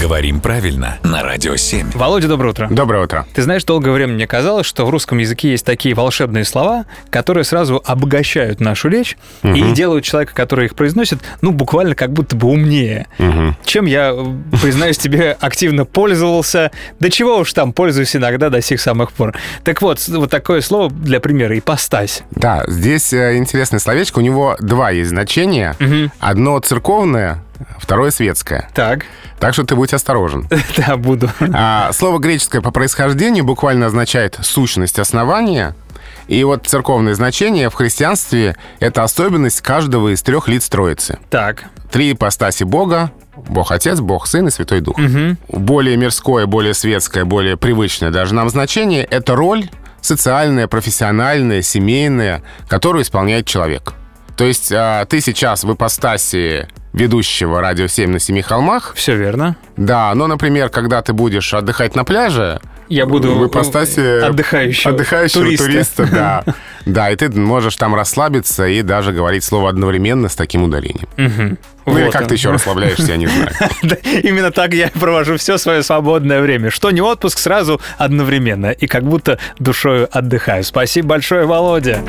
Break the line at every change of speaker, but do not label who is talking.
Говорим правильно на Радио 7.
Володя, доброе утро.
Доброе утро.
Ты знаешь, долгое время мне казалось, что в русском языке есть такие волшебные слова, которые сразу обогащают нашу речь и делают человека, который их произносит, ну, буквально как будто бы умнее. Чем я, э, признаюсь тебе, активно пользовался. Да чего уж там, пользуюсь иногда до сих самых пор. Так вот, с- вот такое слово для примера — ипостась.
Да, здесь э, интересное словечко. У него два есть значения. Одно церковное, второе светское.
Так,
Так что ты будь осторожен.
да, буду.
А, слово греческое по происхождению буквально означает сущность основания. И вот церковное значение в христианстве — это особенность каждого из трех лиц Троицы.
Так,
Три ипостаси Бога — Бог Отец, Бог Сын и Святой Дух. Более мирское, более светское, более привычное даже нам значение — это роль социальная, профессиональная, семейная, которую исполняет человек. То есть а, ты сейчас в ипостаси ведущего «Радио 7 на семи холмах»,
все верно.
да, но, например, когда ты будешь отдыхать на пляже,
Я буду ну, э,
в ипостаси
отдыхающего,
отдыхающего
туриста.
туриста. да. Да, и ты можешь там расслабиться и даже говорить слово одновременно с таким ударением. Ну или
Вот
как
он.
ты еще расслабляешься, я не знаю.
Да, Именно так я провожу все свое свободное время. Что не отпуск, сразу одновременно. И как будто душою отдыхаю. Спасибо большое, Володя.